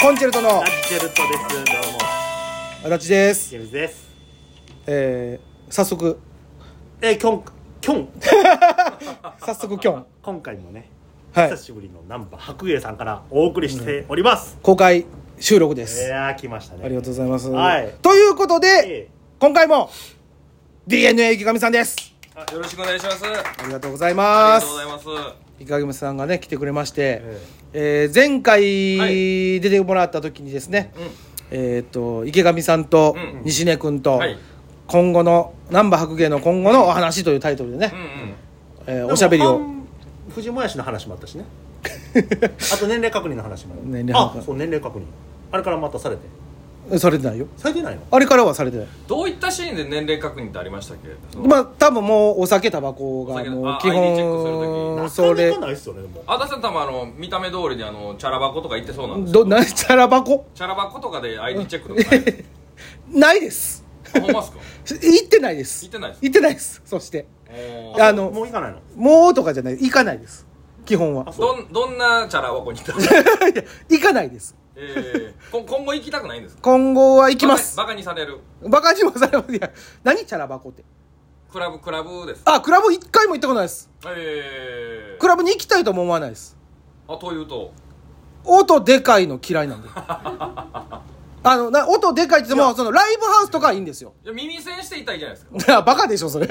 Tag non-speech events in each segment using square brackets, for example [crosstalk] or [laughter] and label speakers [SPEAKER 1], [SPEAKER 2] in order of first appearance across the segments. [SPEAKER 1] コンチェルトの
[SPEAKER 2] ラッチェルトです。どうも、
[SPEAKER 1] 足立です、
[SPEAKER 2] ジェームズです。
[SPEAKER 1] えー、早速
[SPEAKER 2] えー、きょん、きょん、
[SPEAKER 1] 早速キョン
[SPEAKER 2] 今回もね、
[SPEAKER 1] はい
[SPEAKER 2] 久しぶりのナンバー白芸さんからお送りしております。
[SPEAKER 1] 公開収録で
[SPEAKER 2] い
[SPEAKER 1] す、
[SPEAKER 2] やー、来ましたね。
[SPEAKER 1] ありがとうございます、
[SPEAKER 2] はい
[SPEAKER 1] ということで、
[SPEAKER 2] え
[SPEAKER 1] 今回も DNA 池上さんです
[SPEAKER 3] あよろしくお願いします。あ
[SPEAKER 1] ありがとうござい
[SPEAKER 3] り
[SPEAKER 1] ま
[SPEAKER 3] が
[SPEAKER 1] す
[SPEAKER 3] とうございます。
[SPEAKER 1] 池上さんがね来てくれまして、え
[SPEAKER 2] え
[SPEAKER 1] ー前回
[SPEAKER 3] はい
[SPEAKER 1] 出てもらった時にですね、
[SPEAKER 3] うん
[SPEAKER 1] えーっと池上さんと
[SPEAKER 3] うんうん
[SPEAKER 1] 西根君と、
[SPEAKER 3] はい
[SPEAKER 1] 今後の「難波白芸の今後のお話」というタイトルでね
[SPEAKER 3] うん、うん。
[SPEAKER 1] えー
[SPEAKER 2] え
[SPEAKER 1] おしゃべり。
[SPEAKER 2] でも
[SPEAKER 1] を
[SPEAKER 2] 半藤林の話もあったしね。 [laughs] あと年齢確認の話もある。
[SPEAKER 1] 年齢確認
[SPEAKER 2] あ、そう、年齢確認。あれからまたされて。
[SPEAKER 1] [laughs] されてないよ
[SPEAKER 2] されてないの
[SPEAKER 1] あれからはされてない
[SPEAKER 3] どういったシーンで年齢確認ってありましたっけ？
[SPEAKER 1] まあ多分もうお酒タバコ
[SPEAKER 3] お
[SPEAKER 1] が
[SPEAKER 3] 酒の
[SPEAKER 1] もう
[SPEAKER 3] あ
[SPEAKER 1] 基
[SPEAKER 3] ID チェッ
[SPEAKER 1] 本
[SPEAKER 2] な
[SPEAKER 1] そ
[SPEAKER 2] かな
[SPEAKER 1] れ
[SPEAKER 2] かないっすよね、でも。
[SPEAKER 3] あださんたまあの見た目通りであのチャラ箱とか言ってそうなんです
[SPEAKER 1] ど
[SPEAKER 3] よ。
[SPEAKER 1] なんチャラ箱
[SPEAKER 3] チャラ箱とかで ID チェックとかないです。
[SPEAKER 1] ないです
[SPEAKER 3] あほんまっすか？
[SPEAKER 1] 行ってないです
[SPEAKER 3] 行ってないです
[SPEAKER 1] 行ってないですそして
[SPEAKER 3] お
[SPEAKER 1] あ
[SPEAKER 3] ー
[SPEAKER 1] の
[SPEAKER 2] もう行かないの。
[SPEAKER 1] もうとかじゃない行かないです基本は [laughs]
[SPEAKER 2] あそう
[SPEAKER 3] どんどんなチャラ箱に行った？
[SPEAKER 1] いや行かないです
[SPEAKER 3] ええこ今後行きたくないんですか？
[SPEAKER 1] 今後は行きます
[SPEAKER 3] バカバカにされる。
[SPEAKER 1] バカにもされますいや何チャラ箱って
[SPEAKER 3] クラブクラブです。
[SPEAKER 1] あクラブ一回も行ったことないです
[SPEAKER 3] ええ
[SPEAKER 1] クラブに行きたいとも思わないです
[SPEAKER 3] あというと
[SPEAKER 1] 音でかいの嫌い
[SPEAKER 3] [laughs]
[SPEAKER 1] なんであのな音でかいって言ってもそのライブハウスとかはいいんですよ
[SPEAKER 3] いや耳栓していたいじゃないですか。
[SPEAKER 1] いや [laughs] バカでしょそれ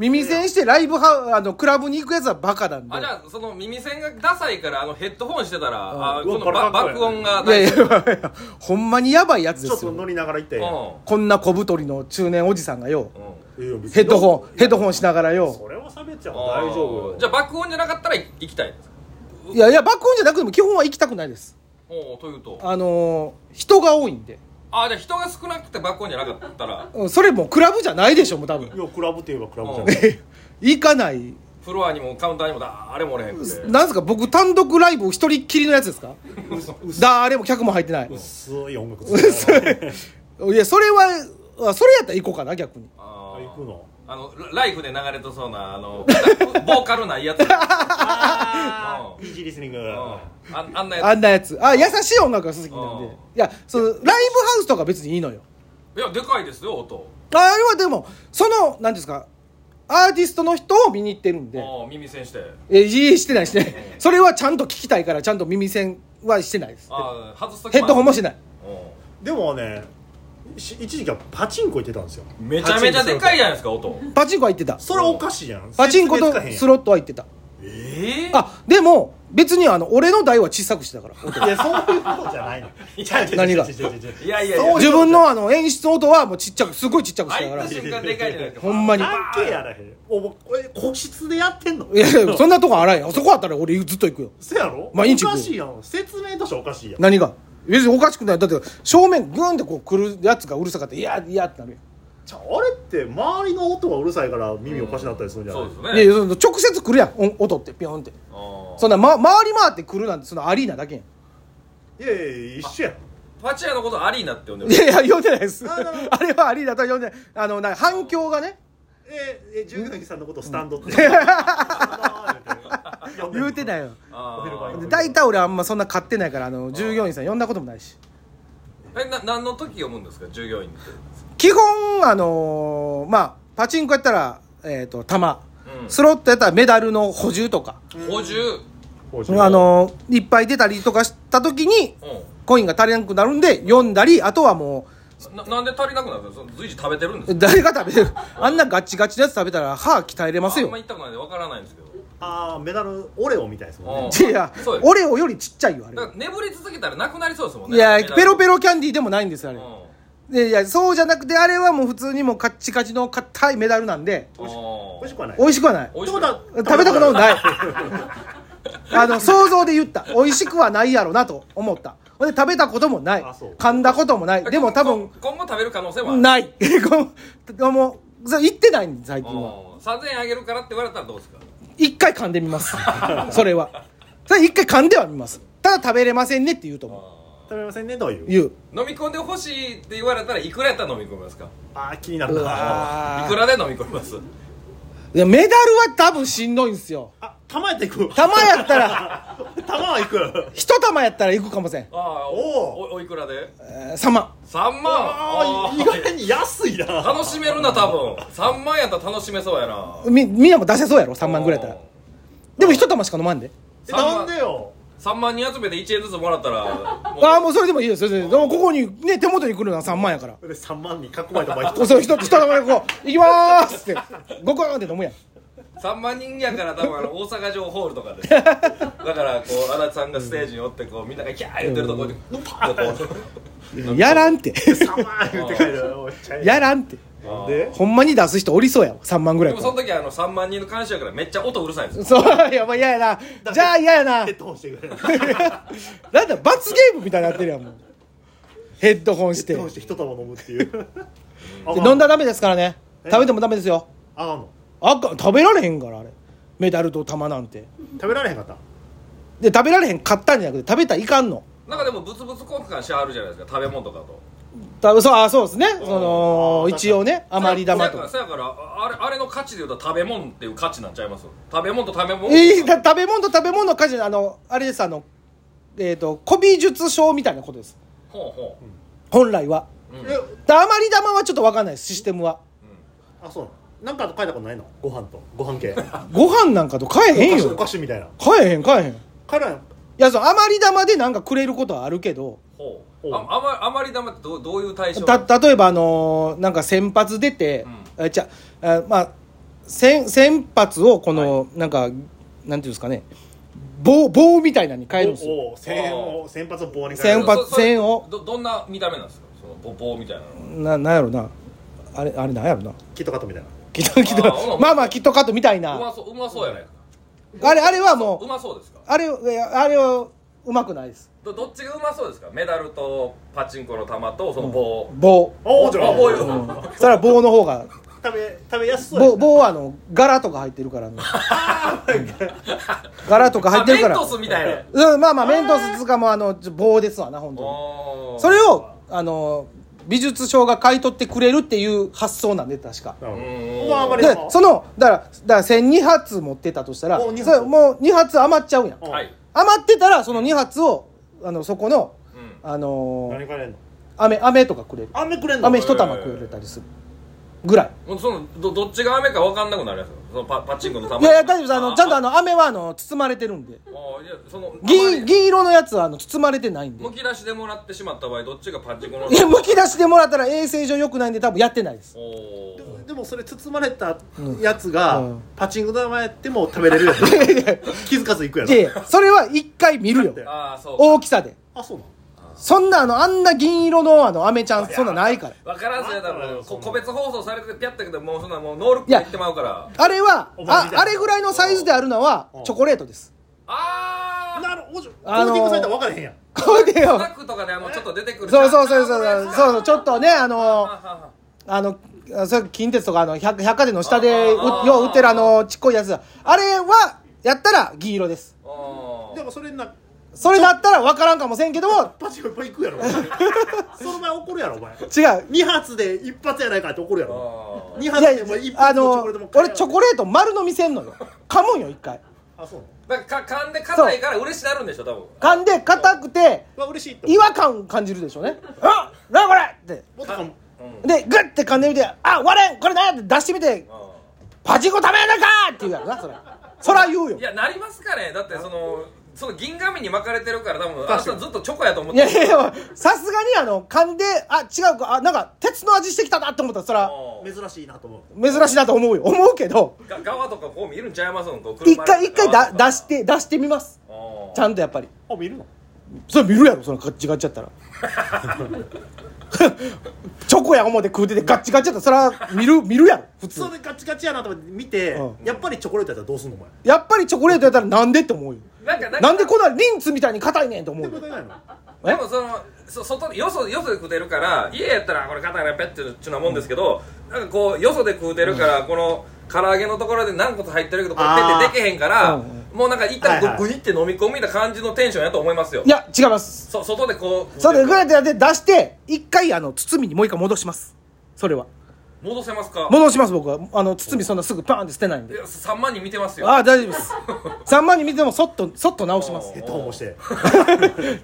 [SPEAKER 1] 耳栓してライブハウあのクラブに行くやつはバカなんで
[SPEAKER 3] あじゃあその耳栓がダサいからあのヘッドホンしてたらあ
[SPEAKER 2] う
[SPEAKER 3] こ
[SPEAKER 2] わ
[SPEAKER 3] のば
[SPEAKER 2] バラバラ
[SPEAKER 3] 爆音が
[SPEAKER 1] いやいやいやほんまにやばいやつ
[SPEAKER 2] ち
[SPEAKER 1] で
[SPEAKER 2] ょっ
[SPEAKER 1] す
[SPEAKER 2] と
[SPEAKER 1] よ
[SPEAKER 2] 乗りながら行って。
[SPEAKER 3] う
[SPEAKER 1] こんな小太りの中年おじさんがよ
[SPEAKER 3] ん、うん
[SPEAKER 2] いや別に
[SPEAKER 1] ヘッドホンヘッドホンしながら
[SPEAKER 2] そ
[SPEAKER 1] よ
[SPEAKER 2] れは差別やもん大丈夫よ
[SPEAKER 3] じゃあ爆音じゃなかったらい行きたいです
[SPEAKER 1] いやいや爆音じゃなくても基本は行きたくないです
[SPEAKER 3] おおというと
[SPEAKER 1] あのー人が多いんで
[SPEAKER 3] あじゃあ人が少なくて爆音じゃなかったら
[SPEAKER 1] うんそれもうクラブじゃないでしょもう多分 [laughs]
[SPEAKER 2] いやクラブといえばクラブじゃ
[SPEAKER 3] うん
[SPEAKER 2] ない
[SPEAKER 1] 行かない
[SPEAKER 3] フロアにもカウンターにも誰もおれへんくて
[SPEAKER 1] なんですか僕単独ライブ一人っきりのやつですか誰も客も入ってない
[SPEAKER 2] 薄い音楽です [laughs] ね
[SPEAKER 1] いやそれはあそれやったら行こうかな逆に
[SPEAKER 3] あ
[SPEAKER 2] 行く
[SPEAKER 3] ー
[SPEAKER 2] の
[SPEAKER 3] あのラライフで流れてそうなあの [laughs] ボーカルないやつうん
[SPEAKER 2] あーイージーリスニング
[SPEAKER 3] ああんな
[SPEAKER 1] あ
[SPEAKER 3] や
[SPEAKER 1] んなやつあ優しい音楽が好きなん
[SPEAKER 3] うん
[SPEAKER 1] でいやそのライブハウスとか別にいいのよ
[SPEAKER 3] ついやでかいですよ音
[SPEAKER 1] あれはでもその何ですかアーティストの人を見に行ってるんで
[SPEAKER 3] あー耳栓して
[SPEAKER 1] えいいしてないしてないそれはちゃんと聞きたいからちゃんと耳栓はしてないです
[SPEAKER 3] あー外すとき
[SPEAKER 1] ヘッドホンもして
[SPEAKER 3] ない
[SPEAKER 1] ない
[SPEAKER 2] でもねし一時期はパチンコ行ってたんですよ
[SPEAKER 3] めちゃめちゃでかいじゃないですか音
[SPEAKER 1] パチンコは行ってた
[SPEAKER 2] それはおかしいやん
[SPEAKER 1] パチンコと
[SPEAKER 2] 説明つ
[SPEAKER 1] ス
[SPEAKER 2] かへんやん
[SPEAKER 1] ロットは行ってた
[SPEAKER 3] ええ
[SPEAKER 1] あでも別にあの俺の台は小さくしてたから
[SPEAKER 2] いやそういうことじゃないの
[SPEAKER 1] 何が
[SPEAKER 3] いやいやいや
[SPEAKER 2] そう
[SPEAKER 1] 自
[SPEAKER 2] うこと
[SPEAKER 1] 分のあの演出音はもうちっちゃくすごいちっちゃくして
[SPEAKER 3] 入
[SPEAKER 1] たか
[SPEAKER 3] っ
[SPEAKER 1] ら
[SPEAKER 3] た瞬間でかいじゃないですか
[SPEAKER 1] ほんまに
[SPEAKER 2] 関係やらへんおもこれ個室でやってんの
[SPEAKER 1] いやいやそんなとこ荒いよそこあったら俺ずっと行くよ
[SPEAKER 2] せやろお
[SPEAKER 1] 毎日行く
[SPEAKER 2] かしいやん説明としておかしいやん
[SPEAKER 1] 何が別におかしくないだって正面グーンってこう来るやつがうるさかったらいやいやってなるよ
[SPEAKER 2] じゃああれって周りの音がうるさいから耳おかしなったりするんじゃない
[SPEAKER 3] そうですね
[SPEAKER 1] いやいやその直接来るやん音音ってピョンって
[SPEAKER 3] あー
[SPEAKER 1] そんな、ま、回り回って来るなんてそのアリーナだけやん
[SPEAKER 2] いやいや一緒やん
[SPEAKER 3] パチ屋のことアリーナって呼んで
[SPEAKER 1] い
[SPEAKER 3] る
[SPEAKER 1] やいや読んでないです
[SPEAKER 2] あなるほ
[SPEAKER 1] [laughs] あれはアリーナとは呼んでないあのなんか反響がね
[SPEAKER 2] ええ従業員さんのことスタンドって言
[SPEAKER 1] 言うてない
[SPEAKER 2] よ
[SPEAKER 1] よ
[SPEAKER 3] あー
[SPEAKER 1] で大体俺あんまそんな買ってないからあの従業員さん呼んだこともないし
[SPEAKER 3] えな何の時読むんですか従業員って
[SPEAKER 1] 基本あのーまあパチンコやったらえっ、と玉、
[SPEAKER 3] うん
[SPEAKER 1] スロットやったらメダルの補充とか、
[SPEAKER 3] 補充
[SPEAKER 1] あのーいっぱい出たりとかした時に
[SPEAKER 3] う
[SPEAKER 1] コインが足りなくなるんで読んだりあとはも
[SPEAKER 3] んななんで足りなくなるんですかその随時食べてるんです
[SPEAKER 1] う
[SPEAKER 3] か
[SPEAKER 1] 誰が食べてるあんなガチガチのやつ食べたら歯鍛えれます
[SPEAKER 3] あん
[SPEAKER 1] よ
[SPEAKER 3] ま行ったことないんでわからないんですけど
[SPEAKER 2] ああメダルオレオみたいですもんね
[SPEAKER 1] [laughs] いや
[SPEAKER 3] そうです
[SPEAKER 1] オレオよりちっちゃいよあれ
[SPEAKER 3] だから眠り続けたらなくなりそうですもんね
[SPEAKER 1] いやペロペ
[SPEAKER 3] ロ
[SPEAKER 1] ロキャンディーでもないんですあれ、でいやそうじゃなくてあれはもう普通にもうカッチカチの硬いメダルなんで
[SPEAKER 3] 美味し
[SPEAKER 2] 美味しくはない
[SPEAKER 1] 美味しくはない
[SPEAKER 3] 美味
[SPEAKER 2] って
[SPEAKER 3] し
[SPEAKER 2] こと
[SPEAKER 3] くない
[SPEAKER 2] は
[SPEAKER 1] 食べたことないあの想像で言った美味しくはないやろなと思ったほんで食べたこともない
[SPEAKER 2] あそう
[SPEAKER 1] 噛んだこともないでも多分
[SPEAKER 3] 今後食べる可能性はある
[SPEAKER 1] ない [laughs] こうもうそう言ってないんです最
[SPEAKER 3] うん
[SPEAKER 1] 近は
[SPEAKER 3] 3000円あげるからって言われたらどうですか
[SPEAKER 1] 一回噛んでみますそれはそれ一回噛んではみますただ食べれませんねって言うと思
[SPEAKER 2] 食べませんねというう
[SPEAKER 1] 言う
[SPEAKER 3] 飲み込んでほしいって言われたらいくらやったら飲み込みますか
[SPEAKER 2] ああ気になる
[SPEAKER 1] う
[SPEAKER 2] な
[SPEAKER 1] わー
[SPEAKER 3] いくらで飲み込みます
[SPEAKER 1] いやメダルは多分しんどいんですよ
[SPEAKER 2] あ玉やっていく
[SPEAKER 1] 玉やったら
[SPEAKER 2] [laughs] 玉玉はいく
[SPEAKER 1] 一玉やったら行くかもせん、
[SPEAKER 3] ああおおおいくらで
[SPEAKER 1] えー、3万
[SPEAKER 3] 三万
[SPEAKER 2] あ
[SPEAKER 3] あ
[SPEAKER 2] ー
[SPEAKER 3] ー
[SPEAKER 2] 意外に安いな
[SPEAKER 3] 楽しめるな多分三万やったら楽しめそうやな
[SPEAKER 1] みみんなも出せそうやろ3万ぐらいやったらでも一玉しか飲まんで
[SPEAKER 2] えなんでよ
[SPEAKER 3] 3万人集めて1円ずつもら
[SPEAKER 1] [laughs]
[SPEAKER 3] ったらも
[SPEAKER 1] ああもうそれでもいいですよそれででもここにね手元に来るのは3万やから
[SPEAKER 2] で3万に囲まれた場
[SPEAKER 1] [laughs]
[SPEAKER 2] 合
[SPEAKER 1] そう一一玉でこう「いきまーす!」ってゴクーンって飲むやん
[SPEAKER 3] 3万人やから多分あの大阪城ホールとか
[SPEAKER 1] [laughs]
[SPEAKER 3] でだからこう足立さんがステージにおってこうみんながキャー言ってるとこにパーってこ
[SPEAKER 1] やらんって [laughs]
[SPEAKER 2] 3万言って帰るおっちゃい
[SPEAKER 1] やらんって
[SPEAKER 2] なんで
[SPEAKER 1] ほんまに出す人おりそうやわ3万ぐ
[SPEAKER 3] う
[SPEAKER 1] ら
[SPEAKER 3] で
[SPEAKER 1] い
[SPEAKER 3] も
[SPEAKER 1] か
[SPEAKER 3] そ
[SPEAKER 1] ら
[SPEAKER 3] の時あの3万人の監視やからめっちゃ音うるさいんです
[SPEAKER 1] そ
[SPEAKER 3] よ
[SPEAKER 1] うやばい嫌やなじゃあ嫌やな
[SPEAKER 2] [laughs] ヘッドホンしてくれる
[SPEAKER 1] なんだ罰ゲームみたいになってるやんもうヘッドホンして
[SPEAKER 2] ヘッドホンして一玉飲むっていう
[SPEAKER 1] で飲んだら
[SPEAKER 2] ら
[SPEAKER 1] ダメですからね
[SPEAKER 2] え
[SPEAKER 1] 食べてもダメですよ
[SPEAKER 2] あかんの
[SPEAKER 1] あかん食べられへんからあれメダルと玉なんて
[SPEAKER 2] 食べられへんかった
[SPEAKER 1] で食べられへん買ったんじゃなくて食べたらいかんの
[SPEAKER 3] なんかでもブツブツ交換しはるじゃないですか食べ物とかと
[SPEAKER 1] たそうあそうですねそ
[SPEAKER 2] あ
[SPEAKER 1] の
[SPEAKER 2] ー
[SPEAKER 1] 一応ね余り玉とか
[SPEAKER 3] そやからそやからあれあれの価値で言うと食べ物っていう価値になっちゃいます食べ物と食べ物
[SPEAKER 1] えー、だ食べ物と食べ物の家事あのあれですあのえっ、と古美術賞みたいなことです
[SPEAKER 3] ほうほ
[SPEAKER 1] 本来は
[SPEAKER 3] う、うん
[SPEAKER 2] え
[SPEAKER 1] だ余り玉はちょっと分かんないですシステムは
[SPEAKER 2] あそうなのなんか書いたことないのご飯とご飯系
[SPEAKER 1] ご飯なんかと買えへん
[SPEAKER 2] お菓子お
[SPEAKER 1] よ
[SPEAKER 2] 菓子みたいな
[SPEAKER 1] 買えへん買えへんい
[SPEAKER 2] 帰らん
[SPEAKER 1] やその余り玉でなんかくれることはあるけど
[SPEAKER 3] ほ
[SPEAKER 2] ほ
[SPEAKER 3] う
[SPEAKER 2] う
[SPEAKER 3] ああまあまり黙ってどうどういう対象
[SPEAKER 1] た例えばあのーなんか先発出て、えじゃあまあ先先発をこの、なんかなんていうんですかね棒棒みたいなのに変えるんですよ
[SPEAKER 2] おお千円を先発を棒に
[SPEAKER 1] 千
[SPEAKER 2] える
[SPEAKER 1] 発
[SPEAKER 3] そそれ
[SPEAKER 1] 千を
[SPEAKER 3] どどんな見た目なんですかそのボボみたいなの
[SPEAKER 1] ななんやろなあれあれなんやろな
[SPEAKER 2] キットカットみたいな
[SPEAKER 1] きっときっ
[SPEAKER 3] あーほな
[SPEAKER 1] とまあまあきっとカットみたいう
[SPEAKER 3] ま
[SPEAKER 1] な
[SPEAKER 3] そううまそうやないか
[SPEAKER 1] あれあれはも
[SPEAKER 3] う
[SPEAKER 1] う
[SPEAKER 3] まそうですか
[SPEAKER 1] あれいやあれはうまくないです
[SPEAKER 3] どどっちがうまそうですかメダルとパチンコの玉とその棒、
[SPEAKER 1] 棒
[SPEAKER 2] おおじゃ
[SPEAKER 3] あ棒よ
[SPEAKER 2] あ
[SPEAKER 1] それは棒の方が
[SPEAKER 2] 食べ食べやすそうや
[SPEAKER 1] 棒棒はあの柄とか入ってるからね柄とか入ってるから
[SPEAKER 3] あメントスみたいな
[SPEAKER 1] うんまあまあメントスつかもあのちょ棒ですわな本当
[SPEAKER 3] おー
[SPEAKER 1] にそれをあの美術賞が買い取ってくれるっていう発想なんで確か
[SPEAKER 2] な
[SPEAKER 3] う
[SPEAKER 2] うん
[SPEAKER 3] ん
[SPEAKER 2] お前あんまり
[SPEAKER 1] でそのだからだから1200発持ってたとしたら
[SPEAKER 2] お二
[SPEAKER 1] そ
[SPEAKER 2] 発
[SPEAKER 1] れもう2発余っちゃうやん
[SPEAKER 2] うん
[SPEAKER 3] はい、
[SPEAKER 1] 余ってたらその2発をあのそこの
[SPEAKER 3] うん、
[SPEAKER 1] あの
[SPEAKER 2] 何
[SPEAKER 1] ー
[SPEAKER 2] くれんの
[SPEAKER 1] 飴飴とかくれる
[SPEAKER 2] 飴くれんの
[SPEAKER 1] 飴一玉くれたりするぐらい
[SPEAKER 3] もうそのどどっちが飴か分かんなくなるやつそのパパチンコの玉
[SPEAKER 1] いやいや大丈夫ですあのちゃんとあ
[SPEAKER 3] の
[SPEAKER 1] の飴はあの包まれてるんで
[SPEAKER 3] いやその
[SPEAKER 1] 銀
[SPEAKER 3] 銀
[SPEAKER 1] 銀色のやつはあの包まれてないんで
[SPEAKER 3] むき出しでもらってしまった場合どっちがパチンコの
[SPEAKER 1] いやむき出しでもらったら衛生上良くないんで多分やってないです
[SPEAKER 3] おー
[SPEAKER 2] でもそれ包まれたやつが、
[SPEAKER 1] うん
[SPEAKER 2] パチンコ玉やっても食べれるやつ気づかずいくやろ
[SPEAKER 1] でそれは一回見るよ
[SPEAKER 3] ああそう
[SPEAKER 1] 大きさで
[SPEAKER 2] あそうなの
[SPEAKER 1] そんなあのあんな銀色のあの飴ちゃんそんなないから
[SPEAKER 3] 分からずやだ
[SPEAKER 2] なんだ
[SPEAKER 3] ろ
[SPEAKER 2] よそ
[SPEAKER 3] こ
[SPEAKER 2] んな
[SPEAKER 3] 個別放送されてピャってけどもうそんなもうノールックでいってまうから
[SPEAKER 1] あれは
[SPEAKER 2] お前
[SPEAKER 1] あ
[SPEAKER 2] みたいな
[SPEAKER 1] あれぐらいのサイズであるのは
[SPEAKER 2] うん
[SPEAKER 1] チョコレートです
[SPEAKER 3] ああ
[SPEAKER 2] なるほどコ
[SPEAKER 1] あ
[SPEAKER 2] ー
[SPEAKER 1] のー
[SPEAKER 2] ティングされたら分からへんやん
[SPEAKER 1] これで
[SPEAKER 3] ス
[SPEAKER 1] よ
[SPEAKER 3] ナックとかであのちょっと出てくる
[SPEAKER 1] そうそうそうそ
[SPEAKER 3] あ
[SPEAKER 1] う
[SPEAKER 3] ーこれ
[SPEAKER 1] そうそうちょっとねあのー
[SPEAKER 3] あ
[SPEAKER 1] あのあそれ近鉄とかあの百百貨店の下でう
[SPEAKER 3] あーあー
[SPEAKER 1] よう売ってるあのちっこいやつだあれはやったら銀色です
[SPEAKER 3] ーあー
[SPEAKER 2] でもそれな
[SPEAKER 1] それだったら分からんかもせんけども
[SPEAKER 2] パチンコいっぱいいくや [laughs] ろその前怒るやろお前
[SPEAKER 1] 違う
[SPEAKER 2] 2発で一発やないかって怒るやろ
[SPEAKER 3] あー
[SPEAKER 2] 2
[SPEAKER 1] い
[SPEAKER 2] 発
[SPEAKER 1] や
[SPEAKER 2] でもう一
[SPEAKER 1] あ
[SPEAKER 2] 発のチ
[SPEAKER 1] の
[SPEAKER 2] ョコレートも買え
[SPEAKER 1] 俺
[SPEAKER 2] やろ
[SPEAKER 1] チョコレート丸飲みせんのよ噛むんよ一回
[SPEAKER 2] あそうな
[SPEAKER 3] なんかか噛んで硬いから嬉しなるんでしょ多分
[SPEAKER 1] 噛んで硬くて
[SPEAKER 2] のうわ嬉しいって
[SPEAKER 1] 違和感感じるでしょうねあなこれって
[SPEAKER 2] もっとかも
[SPEAKER 1] でグッて噛んでみてあ割れんこれなんやって出してみてパチンコ食べやないかって言うやろなそれそら言うよ
[SPEAKER 3] いやなりますかねだってそのその銀紙に巻かれてるから多分あな
[SPEAKER 2] 確か
[SPEAKER 3] た
[SPEAKER 2] に
[SPEAKER 3] ずっとチョコやと思っ
[SPEAKER 1] い
[SPEAKER 3] て
[SPEAKER 1] やいやいやさすがにあの噛んであ違うかあなんか鉄の味してきたなって思ったらそら
[SPEAKER 3] うん
[SPEAKER 2] 珍しいなと思う
[SPEAKER 1] 珍しいなと思うよ思うけど
[SPEAKER 3] が側とかこう見るんちゃいますのこう
[SPEAKER 1] 一
[SPEAKER 3] 車の
[SPEAKER 1] 回一回だ出して出してみます
[SPEAKER 3] うん
[SPEAKER 1] ちゃんとやっぱり
[SPEAKER 2] あ見るの
[SPEAKER 1] それ見るやろそのガッチガチやったら [laughs] チョコや思って食うててガッチガチやったらそら見る見るやろ普通
[SPEAKER 2] それガチガチやなと思って見て、
[SPEAKER 1] う
[SPEAKER 2] やっぱりチョコレートやったらどうすんのお前
[SPEAKER 1] やっぱりチョコレートやったらなんでって思うよ
[SPEAKER 3] なんか
[SPEAKER 1] なんでこんなリンツみたいに硬いねんと思
[SPEAKER 2] っ
[SPEAKER 1] う
[SPEAKER 2] て
[SPEAKER 1] よ
[SPEAKER 2] ことないの
[SPEAKER 1] え
[SPEAKER 3] でもそのそ外でよそよそで食うてるから家やったらこれ肩がペッてっちゅうなもんですけど、なんかこうよそで食うてるから、この唐揚げのところで軟骨入ってるけどこれ
[SPEAKER 2] あー
[SPEAKER 3] ペッてでけへんから、
[SPEAKER 1] うんうん
[SPEAKER 3] もうなんか一旦
[SPEAKER 2] はいはい
[SPEAKER 3] ググニって飲み込みな感じのテンションやと思いますよ
[SPEAKER 1] いや違います
[SPEAKER 3] そ外でこう
[SPEAKER 1] それでグ
[SPEAKER 3] い
[SPEAKER 1] ラってやって出して一回あの包みにもう一回戻しますそれは
[SPEAKER 3] 戻せますか
[SPEAKER 1] 戻します僕はあの堤そんなすぐパーンって捨てないん
[SPEAKER 3] い
[SPEAKER 1] で
[SPEAKER 3] や3万人見てますよ
[SPEAKER 1] ああ大丈夫です3万人見てもそっとそっと直します [laughs]
[SPEAKER 2] ヘッドホンをして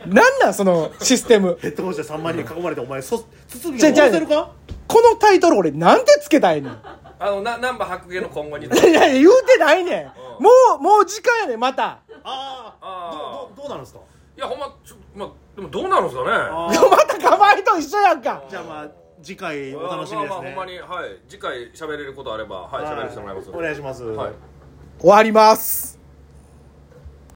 [SPEAKER 1] なんなんそのシステム
[SPEAKER 2] ヘッドホンして3万人に囲まれてお前そ包み
[SPEAKER 1] じゃ
[SPEAKER 2] が
[SPEAKER 1] あじゃあ
[SPEAKER 2] せるか
[SPEAKER 1] このタイトル俺なんてつけたいねん
[SPEAKER 3] あのな難波白芸の今
[SPEAKER 1] [laughs]
[SPEAKER 3] 後に
[SPEAKER 1] いやいや言うてないねんもうもう時間やねんまた [laughs]
[SPEAKER 2] あ
[SPEAKER 3] あ
[SPEAKER 2] あ
[SPEAKER 3] ー
[SPEAKER 2] どうどうなるんですか
[SPEAKER 3] いやほんまちょ、まあ、でもどうなるんですかね
[SPEAKER 2] あ
[SPEAKER 1] ま
[SPEAKER 2] ー
[SPEAKER 1] たかまいと一緒やんか
[SPEAKER 2] じゃあまあ次回お楽しみ
[SPEAKER 3] あ
[SPEAKER 2] で
[SPEAKER 3] まあ
[SPEAKER 2] す
[SPEAKER 3] まあ
[SPEAKER 2] ね
[SPEAKER 3] ほんまにはい次回喋れることあればはい喋らせてもらいます
[SPEAKER 2] お願いします
[SPEAKER 3] はい
[SPEAKER 1] 終わります